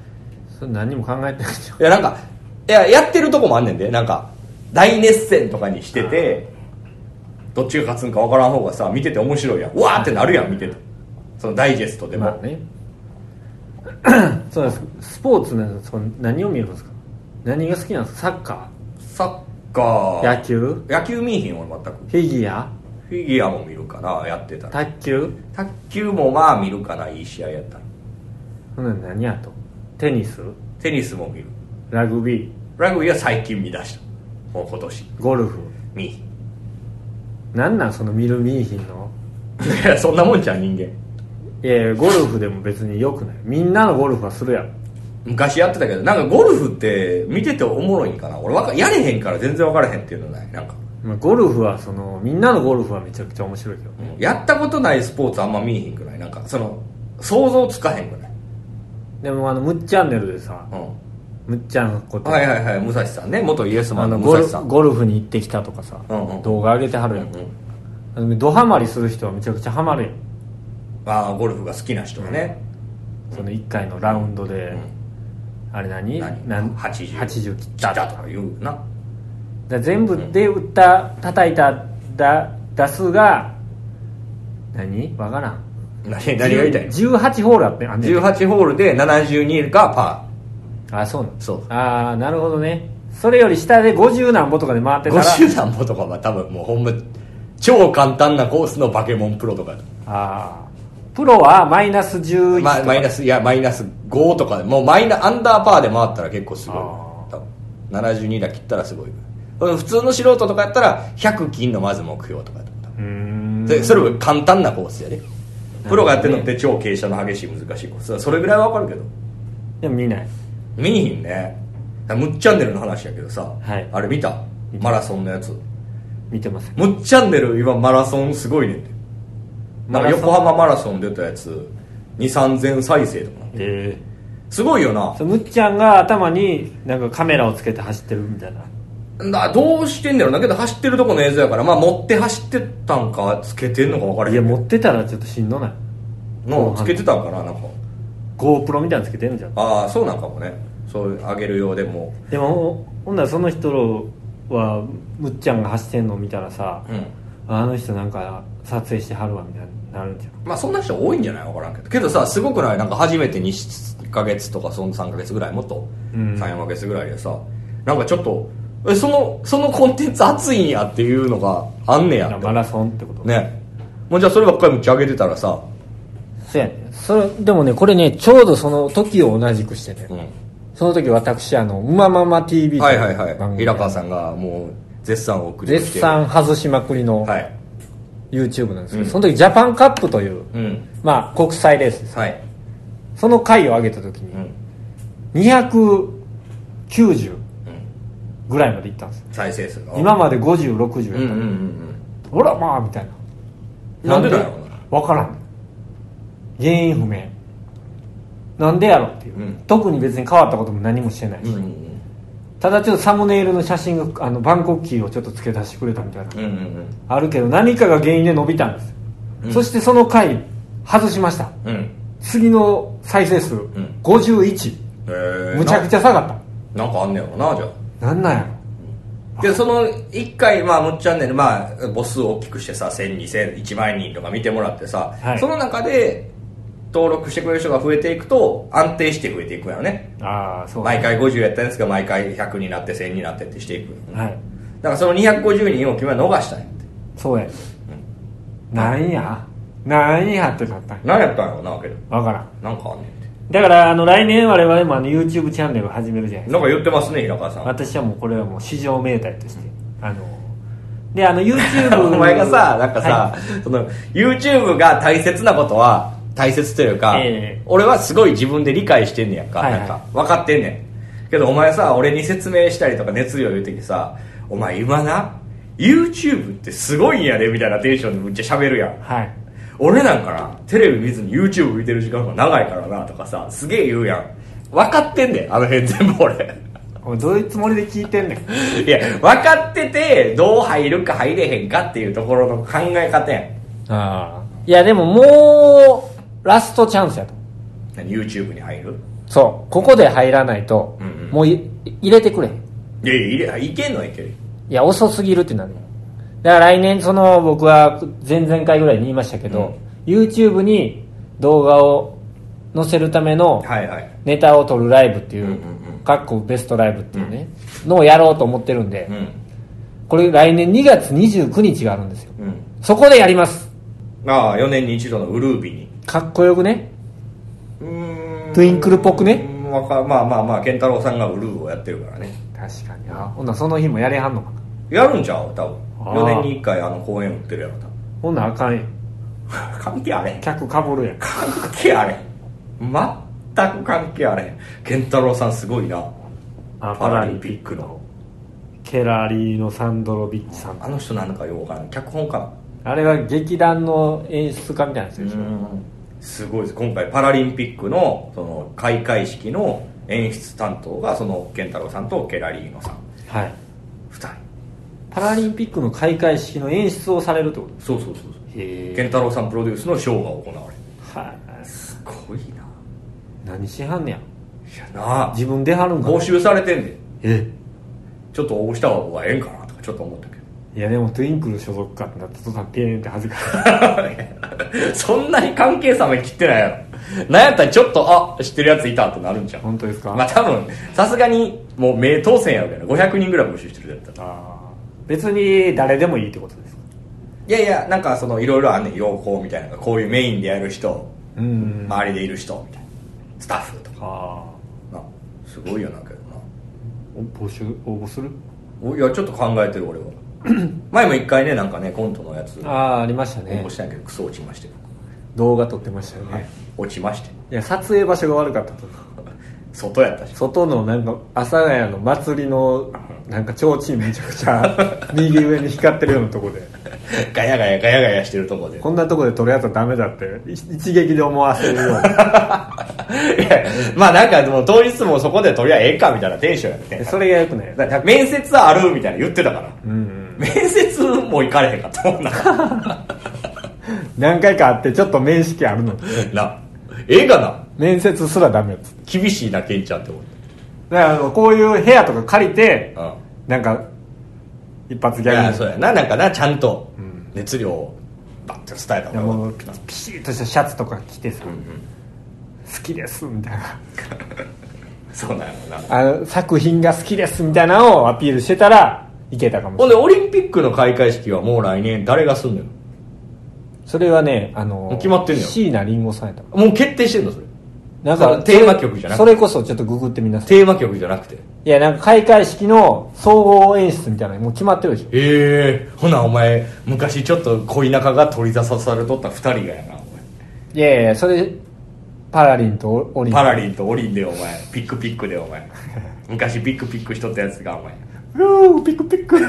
S1: それ何にも考えてないでしょ
S2: やなんかいややってるとこもあんねんでなんか大熱戦とかにしててどっちが勝つんかわからん方がさ見てて面白いやんうわーってなるやん見ててそのダイジェストでも、
S1: まあね そうなんですスポーツなんですその何を見るんですか何が好きなんですかサッカ
S2: サッカ
S1: ー
S2: ー
S1: 野球
S2: 野球見えひん俺全く
S1: フィギュア
S2: フィギュアも見るかなやってたら
S1: 卓球
S2: 卓球もまあ見るかないい試合やったら
S1: ほんなら何あとテニス
S2: テニスも見る
S1: ラグビー
S2: ラグビーは最近見出したもう今年
S1: ゴルフ
S2: 見いひん
S1: なんなんその見る見いひんの
S2: いやそんな もんじゃん人間
S1: いやいやゴルフでも別によくないみんなのゴルフはするやろ
S2: 昔やってたけどなんかゴルフって見てておもろいんかな俺わかやれへんから全然分からへんっていうのないなんか、
S1: まあゴルフはそのみんなのゴルフはめちゃくちゃ面白いけど
S2: うんやったことないスポーツあんま見えへんくないなんかその想像つかへんくない
S1: でもあのむっちゃんねるでさ
S2: う
S1: むっちゃんこと、
S2: んはいはいはい武蔵さんね元イエスマ
S1: あ
S2: ンの
S1: の
S2: 武
S1: ゴ
S2: 蔵
S1: ル
S2: さん
S1: ゴルフに行ってきたとかさ、
S2: うんうん
S1: 動画上げてはるやん、
S2: うんうん
S1: あのドハマりする人はめちゃくちゃハマるやん
S2: ああゴルフが好きな人がね、
S1: その1回のラウンドで、あれ何
S2: 何
S1: なん
S2: 80
S1: 80切っ
S2: 来
S1: たと
S2: た
S1: か
S2: とか言うな
S1: だから全部で打った叩いただ打数が何わからん
S2: 何何が言いたいの
S1: 18ホールあってあんねん
S2: 18ホールで72がパ
S1: あそうなの
S2: そう
S1: ああなるほどねそれより下で50何歩とかで回って
S2: ー
S1: たら
S2: 50何歩とかは多分もうほんま超簡単なコースのバケモンプロとか
S1: ああプロはマイナス11とか、
S2: ま、マイナスいやマイナス5とかでもうマイナアンダーパーで回ったら結構すごい
S1: あ
S2: 多分72だ切ったらすごいうん普通の素人とかやったら100金のまず目標とかやと思う
S1: うーん
S2: でそれも簡単なコースやでプロがやってるのって超傾斜の激しい難しいコースそれぐらいはわかるけど
S1: でも見ない
S2: 見にひんねむっチャンネルの話やけどさ、
S1: はい
S2: あれ見た
S1: 見た
S2: マラソンのやつ
S1: 見てません
S2: むっチャンネル今マラソンすごいねんてなんか横浜マラソン出たやつ2 3 0 0 0再生とかな
S1: え
S2: すごいよな
S1: えむっちゃんが頭になんかカメラをつけて走ってるみたいな
S2: などうしてんだろうなけど走ってるとこの映像やから、まあ、持って走ってたんかつけてんのか分からへん
S1: い
S2: け
S1: や
S2: ど
S1: 持ってたらちょっとしんどない
S2: のつけてたんかななんか
S1: GoPro みたいなのつけてんじゃん
S2: ああそうなんかもねそういう上げるようでも
S1: でもほほんならその人はむっちゃんが走ってんのを見たらさ、
S2: うん
S1: あの人なんか撮影してはるわみたいになるんじゃん
S2: まあそんな人多いんじゃない分からんけどけどさすごくないなんか初めて2ヶ月とかその3ヶ月ぐらいもっと
S1: うん
S2: 34ヶ月ぐらいでさなんかちょっとえそのそのコンテンツ熱いんやっていうのがあんねや
S1: だから
S2: って
S1: マラソンってこと
S2: ねもうじゃあそればっかりむっちゃ上げてたらさ、
S1: そうやねそれでもねこれねちょうどその時を同じくしてね、
S2: うん、
S1: その時私あの「うままま TV」
S2: はいはいはい
S1: 組
S2: 平川さんがもう絶賛を送り
S1: 絶賛外しまくりの
S2: はい
S1: YouTube なんですけど、その時ジャパンカップという、
S2: うん
S1: まあ、国際レースです
S2: はい、
S1: その回を上げた時
S2: う
S1: に
S2: ん、
S1: 290ぐらいまでいったんですよ
S2: 再生数が
S1: 今まで5060
S2: うんう
S1: や
S2: ん
S1: っ
S2: うんうん
S1: た、ほらまあみたいな
S2: なんでだろう
S1: 分からん原因不明なんでやろっていう、
S2: うん
S1: 特に別に変わったことも何もしてないし、
S2: うんうん
S1: ただちょっとサムネイルの写真があのバンコクキーをちょっと付け出してくれたみたいな、
S2: うんうん
S1: あるけど何かが原因で伸びたんですよ、
S2: うん
S1: そしてその回外しました
S2: うんうん
S1: 次の再生数、
S2: ん
S1: 51
S2: へえ
S1: むちゃくちゃ下がっ
S2: なんかあんねやろなじゃあ
S1: たなんなんやろ
S2: けどその1回まあむっちゃんねるまあ母数を大きくしてさ10002000万人とか見てもらってさ、
S1: はい
S2: その中で登録してくれる人が増えていくと安定して増えていくんやろね
S1: ああそう
S2: 毎回50やったんですが毎回100になって1000になってってしていく
S1: はい
S2: だからその250人を君は逃したんやって
S1: そうや、なんやなんやってなったんや
S2: 何やったんやろなけど
S1: わからん
S2: なんかあんねんて
S1: だからあの来年我々もあの YouTube チャンネルを始めるじゃないです
S2: なんか言ってますね平川さ
S1: か
S2: ん
S1: 私はもうこれはもう市場命題としてあのであ の YouTube
S2: お前がさなんかさ、
S1: はい
S2: その YouTube が大切なことは大切というか、
S1: ええ
S2: 俺はすごい自分で理解してんねやんか,、
S1: はいはい
S2: なんか分かってんねんけどお前さ俺に説明したりとか熱量言う時さ「お前今な YouTube ってすごいんやで」みたいなテンションでむっちゃ喋るやん
S1: はい
S2: 俺なんかなテレビ見ずに YouTube 見てる時間が長いからなとかさすげえ言うやん分かってんねんあの辺全部俺
S1: お前どういうつもりで聞いてんねん
S2: いや分かっててどう入るか入れへんかっていうところの考え方やん
S1: ああいやでももうラストチャンスやと
S2: 何 YouTube に入る
S1: そうここで入らないと、
S2: うんうん
S1: もうい入れてくれへん
S2: いやいやいけんのはいける
S1: いや遅すぎるってなるよだから来年その僕は前々回ぐらいに言いましたけど、YouTube に動画を載せるための
S2: はいはい
S1: ネタを撮るライブってい
S2: うんう
S1: うん
S2: うん
S1: かっこベストライブっていうねのをやろうと思ってるんで
S2: うん
S1: これ来年2月29日があるんですよ
S2: うん
S1: そこでやります
S2: ああ4年に一度のウルービに
S1: かっこよくね
S2: うーん
S1: トゥインクルっぽくね
S2: うんわかまあまあまあ健太郎さんがウルーをやってるからね
S1: 確かにあほんならその日もやれはんのかな
S2: やるんちゃう多分
S1: ああ
S2: 4年に1回あの公演売ってるやろ多分
S1: ほんならあかんやん
S2: 関係あれへん
S1: 客かぶるやん
S2: 関係あれへん全く関係あれへん健太郎さんすごいな
S1: あ
S2: パラリンピックの
S1: ケラリーのサンドロビッチさん
S2: あの人なんかようわからん脚本家
S1: あれは劇団の演出家みたいな人でしょ
S2: すごいです今回パラリンピックのその開会式の演出担当がその健太郎さんとケラリーノさん
S1: はい
S2: 2人
S1: パラリンピックの開会式の演出をされるってこと
S2: そうそうそうそう
S1: へ
S2: 健太郎さんプロデュースのショーが行われる
S1: はい
S2: すごいな
S1: 何しはんねや
S2: いやなあ
S1: 自分出はるんかな
S2: 募集されてんで
S1: え
S2: ちょっと応募した方がええんかなとかちょっと思ったけ
S1: いやでもトゥインクル所属かってなった途端ピエーンって恥ずかしい
S2: どそんなに関係差め切ってないやろなんやったらちょっとあ知ってるやついたってなるんちゃ う
S1: 本当ですか、
S2: まあ多分さすがにもう名当選やろうけど500人ぐらい募集してるやったら
S1: あー別に誰でもいいってことですか
S2: いやいやなんかそのいろいろあんねん要項みたいなのがこういうメインでやる人
S1: うん
S2: 周りでいる人みたいなスタッフとか
S1: あ
S2: なすごいよなけどな
S1: ーお募集応募する
S2: おいやちょっと考え てる俺は前も一回ねなんかねコントのやつ
S1: あ
S2: 応
S1: あありましたね
S2: 募したんやけどクソ落ちまして僕
S1: 動画撮ってましたよね、い、
S2: 落ちまして
S1: や撮影場所が悪かったと
S2: 外やったし
S1: 外のなんか阿佐ヶ谷の祭りのなんか提灯めちゃくち ゃ右上に光ってるようなとこで
S2: ガヤガヤガヤガヤしてるとこで
S1: こんなとこで撮るやつはダメだってい一撃で思わせるような
S2: いやまあなんかでも当日もそこでとりあえずええかみたいなテンションやってん
S1: それがよくない
S2: だから面接あるみたいな言ってたから
S1: うんうん
S2: 面接も行かれへんかったもんな
S1: 何回かあってちょっと面識あるのに
S2: なええかな
S1: 面接すらダメやつだ
S2: 厳しいなケンちゃんって思っ
S1: からあのこういう部屋とか借りて
S2: たうん
S1: なんか一発ギ
S2: い
S1: ャ
S2: や
S1: グ
S2: そうやななんかなちゃんと熱量をバッと伝えた
S1: いや
S2: 方
S1: も
S2: が
S1: うピシッとしたシャツとか着てさ、好きですみたいな
S2: そうなんやろな
S1: あの作品が好きですみたいなのをアピールしてたらいけたかもしれない
S2: ほんでオリンピックの開会式はもう来年誰がすんのよ
S1: それはねあの
S2: 決まってんのよ
S1: 椎名林檎さんやった
S2: もう決定してんのそれ
S1: なん
S2: そ
S1: か
S2: のテーマ曲じゃなく
S1: そ
S2: て
S1: れこそちょっとググってみなさい
S2: テーマ曲じゃなくてへ
S1: いやなんか開会式の総合演出みたいなのもう決まってるでしょ
S2: えほなお前昔ちょっと恋仲が取り出さされとった2人がやなお
S1: いやいやそれパラリンとオオリ
S2: 前
S1: ン
S2: パラリンとオリンでお前ピックピックで お前昔ピックピックしとったやつがお前
S1: うーピクピク
S2: い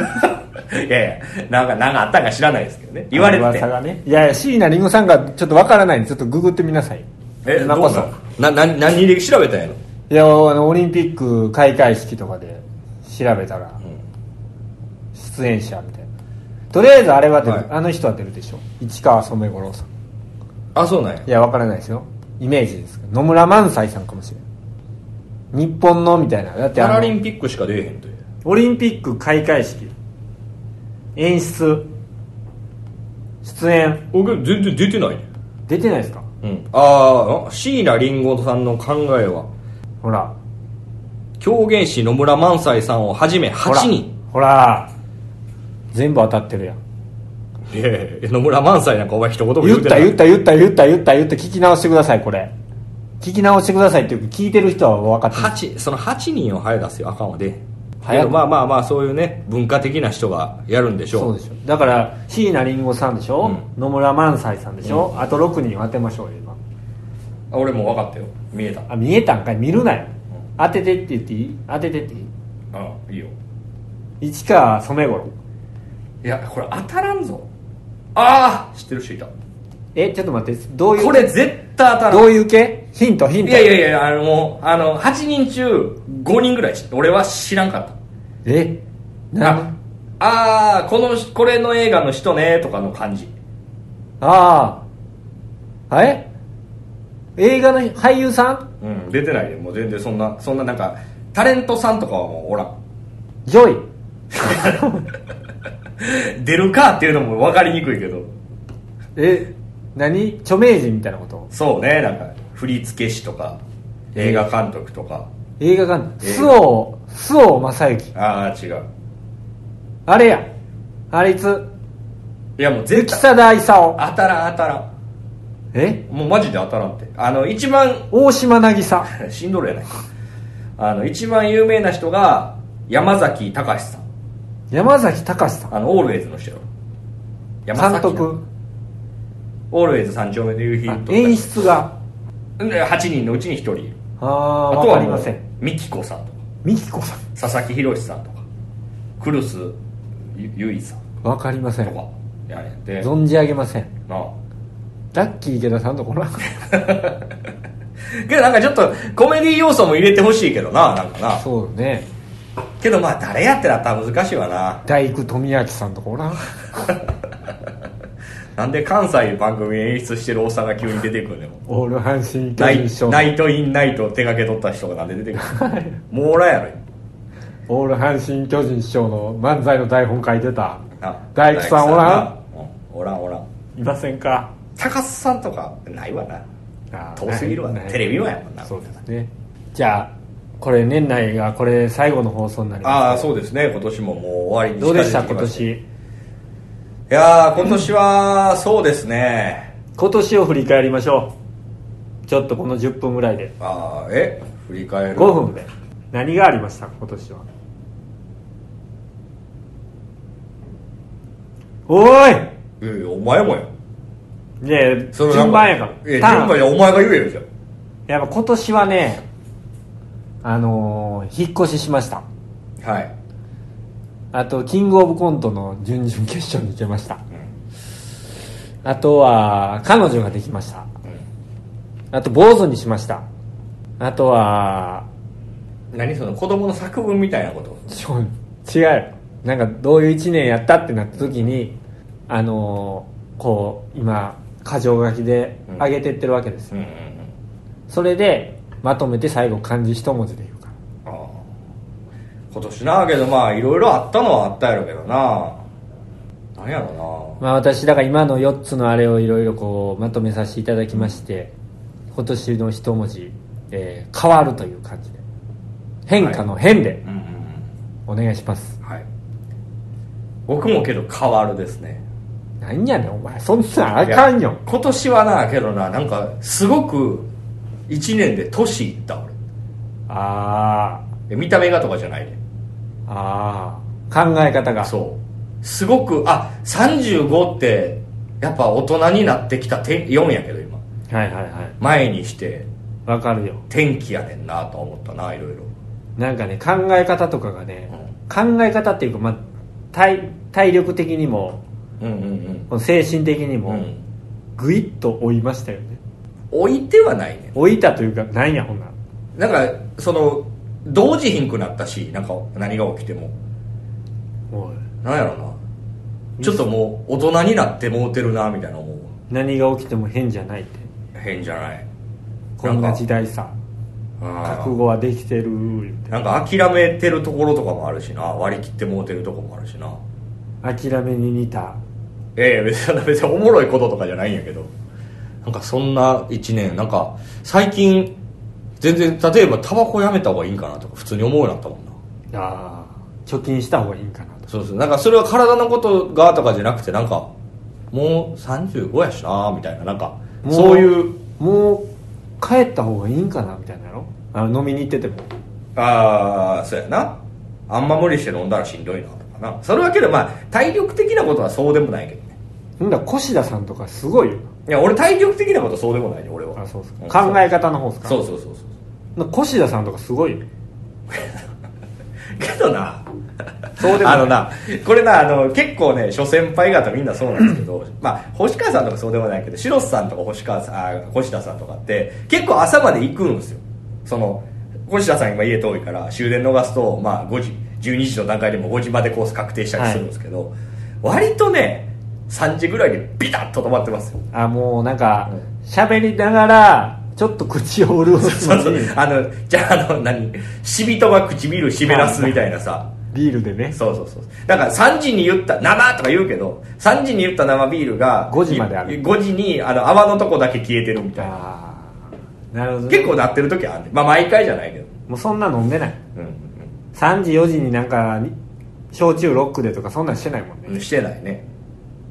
S2: やいやなんかなんかあったんか知らないですけどね言われてて
S1: 噂がねいやいや椎名林檎さんがちょっとわからないんでちょっとググってみなさい
S2: え
S1: 今
S2: ど
S1: こ
S2: う
S1: そ
S2: なな何何で調べたんやろ
S1: いやあのオリンピック開会式とかで調べたら、出演者みたいなとりあえずあれは出る、
S2: はい
S1: あの人は出るでしょ市川染五郎さん
S2: あそうなんや
S1: いや、わからないですよ。イメージですけど。野村萬斎さんかもしれない。日本のみたいな。だって
S2: パ
S1: あの
S2: ラリンピックしか出えへんという
S1: オリンピック開会式。演出。出演。
S2: 僕全然出てないね
S1: 出てないですか
S2: うんああ椎名林檎さんの考えは
S1: ほら。
S2: 狂言師野村萬斎さんをはじめ8人
S1: ほら。ほら。全部当たってるやん。
S2: いやいや野村萬斎なんかお前一言も
S1: 言った言
S2: っ
S1: った言った言った言った言った聞き直してください、これ。聞き直してくださいっていうか、聞いてる人は分かってる。
S2: 8その8人を早出すよあかんわで
S1: 早く
S2: まあまあまあそういうね文化的な人がやるんでしょう
S1: そうでしょ。だから、椎名林檎さんでしょ、野村萬斎さんでしょ、あと6人当てましょうよ、今。
S2: あ俺もう分かったよ見えた
S1: あ見えたんかい見るなよ当ててって言っていい当ててってい
S2: あいいよ
S1: い市川染五郎
S2: いやこれ当たらんぞああ知ってる人いた
S1: えちょっと待ってどういう
S2: これ絶対当たらん
S1: どういう系ヒントヒント
S2: いやいやいや、あの、もう、あの、8人中5人ぐらい知って、俺は知らんかっ
S1: え
S2: た。
S1: な
S2: ああー、この、これの映画の人ね、とかの感じ。
S1: あああえ映画の俳優さん
S2: うん、出てないよ、もう全然そんな、そんななんか、タレントさんとかはもうおら
S1: ジョイ
S2: ん。出るかっていうのも分かりにくいけど。
S1: え何著名人みたいなこと
S2: そうねなんか振付師とか映画監督とか、
S1: 映画館
S2: 映画
S1: 周防周防正行
S2: ああ違う
S1: あれやあれいつ
S2: いやもう
S1: 木
S2: 絶対
S1: 貞勲
S2: 当たらん当たらん
S1: え
S2: もうマジで当たらんってあの一番
S1: 大島渚
S2: しんどるやないかあの一番有名な人が山崎隆さん
S1: 山崎隆さん
S2: あのオールウェイズの人よ
S1: 監
S2: な
S1: 督
S2: オールウェイズ三丁目の夕日
S1: あ
S2: と
S1: 演出が
S2: で8人のうちに1人
S1: ああ
S2: あ
S1: わ
S2: と
S1: か
S2: は
S1: り
S2: も
S1: ま
S2: う
S1: せん
S2: ミキコさんとか
S1: 美紀子さん
S2: 佐々木宏さんとかクルスゆゆいさん
S1: わかりませ
S2: と
S1: ん
S2: かやれて
S1: 存じ上げません
S2: なあ
S1: ラッキー池田さんとこな
S2: けどなんかちょっとコメディ要素も入れてほしいけどななんかな
S1: そうね
S2: けどまあ誰やってなったら難しいわな
S1: 大工富明さんとこ な
S2: なんで関西番組演出してるおっさんが急に出てくるの
S1: オール阪神
S2: ナ
S1: 巨
S2: イ
S1: 人賞
S2: ナイトインナイトを手掛け取った人がなんで出てくるのもうおらやろ
S1: オール阪神巨人師匠の漫才の台本書いてた
S2: な
S1: 大工さんおらん
S2: うんおらんおらん
S1: いませんか
S2: 高須さんとかないわな
S1: あー
S2: 遠すぎるわ
S1: ないない
S2: テレビはやもんな
S1: そうですねじゃあこれ年内がこれ最後の放送になります
S2: ああそうですね今年ももう終わりに
S1: どうでした
S2: 近づいて
S1: 今
S2: きまし
S1: 年
S2: たいやー今年はそうですね
S1: 今年を振り返りましょうちょっとこの10分ぐらいで
S2: ああえ振り返る
S1: 5分で何がありました今年はおい
S2: いやいやお前もや
S1: ね
S2: のなん
S1: 順番やから
S2: いや
S1: ターン
S2: 順番やお前が言えよじゃ
S1: やっぱ今年はねあのー引っ越ししました
S2: あはい、
S1: あとキングオブコントの準々決勝に行けました
S2: うん
S1: あとは彼女ができましたあと坊主にしましたあとは
S2: うん、何その子供の作文みたいなこと
S1: ちょ違うなんかどういう1年やったってなった時にあのーこう今箇条書きで上げてってるわけですよ、
S2: うんうんうん
S1: それでまとめて最後漢字一文字で言うから
S2: ああ今年なけどまあいろいろあったのはあったやろけどな何やろ
S1: まあ私だから今の4つのあれをいろいろこうまとめさせていただきまして今年の一文字、えー変わるという感じで変化の変で
S2: なうんうん
S1: お願いします、
S2: うんはい僕もけど変わるですね
S1: なんやねんお前そんなんあかん
S2: い
S1: よ
S2: や今年はなけどななんかすごく1年で年いった俺
S1: あ
S2: え見た目がとかじゃないで
S1: あああ考え方が
S2: そうすごくあ35ってやっぱ大人になってきたて4やけど今
S1: はいはいはい
S2: 前にして
S1: わかるよ
S2: 天気やねんなと思ったないろいろ
S1: なんかね考え方とかがね、考え方っていうか、まあ、体体力的にも
S2: うんうん
S1: この精神的に
S2: うんう
S1: も
S2: ん
S1: ぐいっと追いましたよね
S2: 置いてはないね
S1: 追いたというかないんやほんなら
S2: なんかその同時ひんくなったしなんか何が起きても
S1: おい
S2: なんやろなちょっともう大人になってもうてるなみたいな思うわ
S1: 何が起きても変じゃないって
S2: 変じゃない
S1: こんな時代さ
S2: あ
S1: 覚
S2: ー
S1: 悟はできてる言うて
S2: なんか諦めてるところとかもあるしな割り切ってもうてるとこもあるしな
S1: 諦めに似た
S2: ええ別に 別におもろいこととかじゃないんやけどなんかそんな1年なんか最近全然例えばタバコやめた方がいいんかなとか普通に思うようになったもんな
S1: あー貯金した方がいいんかなと
S2: そうそうなんかそれは体のことがとかじゃなくてなんかもう35やしなみたいななんか
S1: も
S2: そういう
S1: もう帰った方がいいんかなみたいなのあの飲みに行ってても
S2: ああそうやなあんま無理して飲んだらしんどいなとかなそれだけどまあ体力的なことはそうでもないけどね
S1: ほんだら越田さんとかすごいよ
S2: いや俺体力的なことそうでもないね俺は
S1: あそうです
S2: ん
S1: か考え方の方ですか
S2: そうそうそうそう
S1: 越田さんとかすごいよ
S2: けどな
S1: そうでもない
S2: あのなこれなあの結構ね諸先輩方みんなそうなんですけどまあ星川さんとかそうでもないけど白洲さんとか星川さんあ星田さんとかって結構朝まで行くんですよその星田さん今家遠いから終電逃すと、まあ、5時12時の段階でも5時までコース確定したりするんですけど、割とね3時ぐらいでビタッと止まってま すよ
S1: あもうなんか
S2: うん
S1: 喋りながらちょっと口を潤す
S2: そう
S1: の
S2: そ
S1: に
S2: うあのじゃああの何死人が唇湿らすみたいなさ
S1: ビールでね
S2: そうそうそうだから3時に言った生とか言うけど3時に言った生ビールが
S1: 5時まである
S2: い5時にあの泡のとこだけ消えてるみたいな
S1: ああなるほどね、
S2: 結構なってる時はあるねまあ毎回じゃないけど
S1: もうそんな飲んでない
S2: うん
S1: 3時4時になんかに焼酎ロックでとかそんなんしてないもんね、
S2: うんしてないね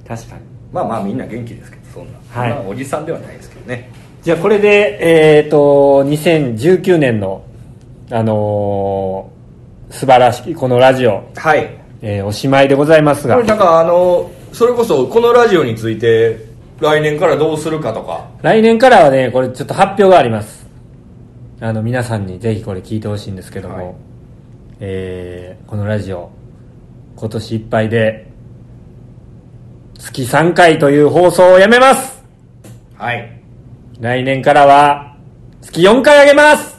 S1: 確かに
S2: まあまあみんな元気ですけどそんな、
S1: はい
S2: そんなおじさんではないですけどね
S1: じゃあこれでえっ、と2019年のあのー素晴らしいこのラジオ、
S2: はい
S1: えーおしまいでございます
S2: こ
S1: が
S2: れなんかあのそれこそこのラジオについて来年からどうするかとか
S1: 来年からはねこれちょっと発表がありますあの皆さんにぜひこれ聞いてほしいんですけども、
S2: はい
S1: えーこのラジオ今年いっぱいで月3回という放送をやめます
S2: はい
S1: 来年からは月4回あげます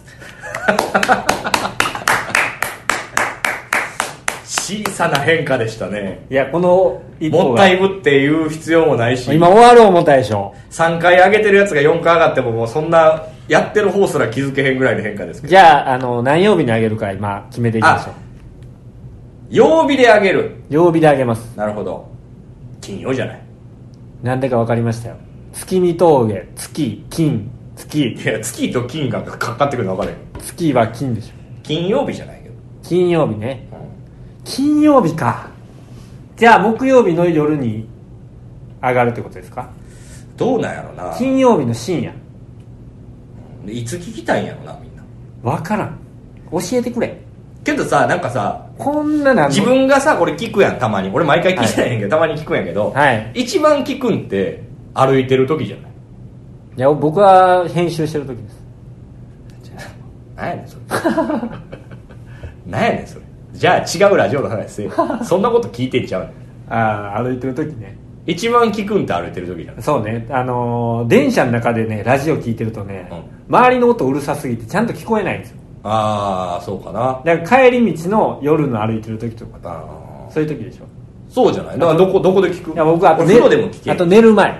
S2: 小さな変化でしたね
S1: いやこの一歩が
S2: もったいぶっていう必要もないし
S1: 今終わる思ったでしょ
S2: 3回上げてるやつが4回上がってももうそんなやってる方すら気づけへんぐらいの変化ですけど
S1: じゃああの何曜日にあげるか今決めていきましょう
S2: あ曜日で上げる
S1: 曜日であげます
S2: なるほど金曜じゃない
S1: なんでか分かりましたよ月見峠月金月
S2: いや月と金がかかってくるの分かるよ
S1: 月は金でしょ
S2: 金曜日じゃないけど、
S1: 金曜日ね金曜日かじゃあ木曜日の夜に上がるってことですか
S2: どうなんやろな
S1: 金曜日の深夜
S2: いつ聞きたいんやろなみんな
S1: 分からん教えてくれ
S2: けどさなんかさ
S1: こんななんの
S2: 自分がさこれ聞くやんたまに俺毎回聞いてないんやけど、たまに聞くんやけど、
S1: はい
S2: 一番聞くんって歩いてる時じゃない
S1: いや僕は編集してる時です
S2: なんやねん それなんやねんそれじゃあ違うラジオの話せよそんなこと聞いてんちゃうねん
S1: ああ歩いてる時ね
S2: 一番聞くんって歩いてる時じゃない
S1: そうねあのー電車の中でねラジオ聞いてるとね、
S2: う
S1: 周りの音うるさすぎてちゃんと聞こえないんですよ
S2: ああそうかな
S1: だから帰り道の夜の歩いてる時とか
S2: あー
S1: そういう時でしょ
S2: そうじゃないだからどこどこで聞く
S1: いや僕はあと
S2: 俺風呂でも聞け
S1: あと
S2: る
S1: 寝る前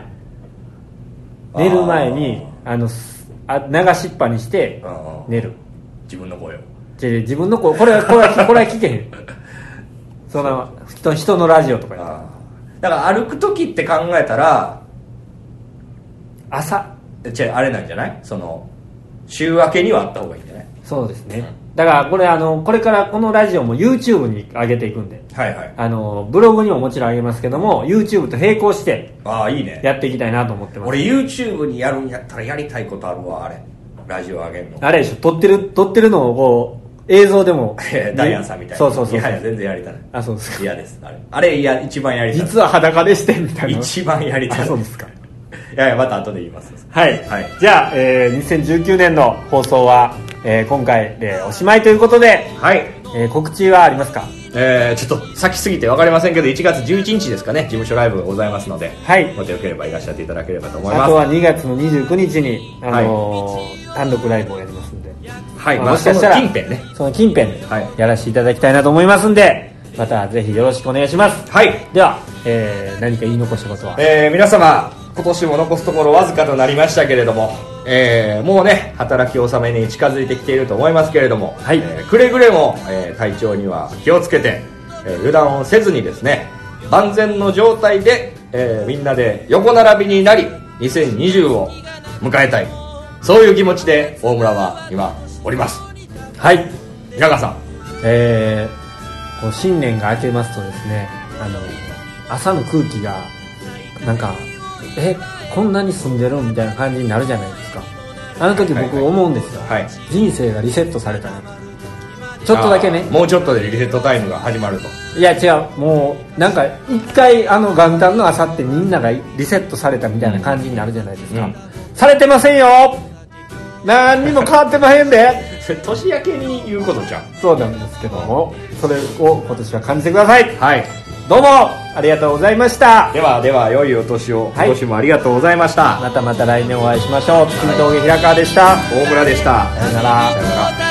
S2: あー
S1: 寝る前にあのすあ流しっぱにして
S2: あー
S1: 寝る
S2: 自分の声を
S1: じゃあ自分のここれはこれはこ れは聞けへんその人人のラジオとかやったら
S2: あーだから歩く時って考えたら
S1: 朝
S2: 違うあれなんじゃないその週明けにはあった方がいいんじゃない
S1: そうですねだからこれあのこれからこのラジオも YouTube に上げていくんで
S2: はいはい
S1: あのブログにももちろん上げますけども YouTube と並行して
S2: ああいいね
S1: やっていきたいなと思ってます
S2: 俺 YouTube にやるんやったらやりたいことあるわあれラジオ上げんの
S1: あれでしょ撮ってる撮ってるのをこう映像でも
S2: ダイアンさんみたいな
S1: そうそうそう
S2: やや全然やりたない
S1: あそうですか
S2: 嫌ですあれあれいや一番やりたい
S1: 実は裸でしてみたいな
S2: 一番やりた
S1: あ
S2: い
S1: そうですか
S2: いやいやまた後で言います
S1: はい、
S2: はい
S1: じゃあ、えー2019年の放送は、えー今回でおしまいということで、
S2: はい
S1: えー告知はありますか
S2: えー、ちょっと先すぎて分かりませんけど1月11日ですかね事務所ライブがございますので、
S1: はい
S2: もしよければいらっしゃっていただければと思い
S1: あ
S2: ます
S1: とは2月の29日に、あのー単独ライブをやりますんで、
S2: はい、
S1: まあ
S2: まあ、
S1: もしかしたら
S2: その近辺ね
S1: その近辺で
S2: はい
S1: やらせていただきたいなと思いますんでまたぜひよろしくお願いします
S2: はい、
S1: では、えー何か言い残したことは
S2: えー、皆様今年も残すところわずかとなりましたけれども、えー、もうね働き納めに近づいてきていると思いますけれども、
S1: はい
S2: えーくれぐれも、えー体調には気をつけて、えー油断をせずにですね万全の状態で、えーみんなで横並びになり2020を迎えたいそういう気持ちで大村は今おります
S1: はい
S2: 平川さん
S1: えーこう新年が明けますとですねあの朝の空気がなんかえこんなに住んでるみたいな感じになるじゃないですかあの時
S2: はいはい
S1: 僕思うんですよ、
S2: はい
S1: 人生がリセットされたなとちょっとだけね
S2: あーもうちょっとでリセットタイムが始まると
S1: いや違うもうなんか一回あの元旦の朝ってみんながリセットされたみたいな感じになるじゃないですか、
S2: うん
S1: されてませんよ何にも変わってまへんで
S2: それ年明けに言うことじゃん
S1: そうなんですけどもそれを今年は感じてください
S2: はい
S1: どうもありがとうございました
S2: ではでは良いお年を今
S1: はい
S2: 年もありがとうございました、
S1: またまた来年お会いしましょう月見峠平川でした
S2: 大村でした
S1: さよなら
S2: さよなら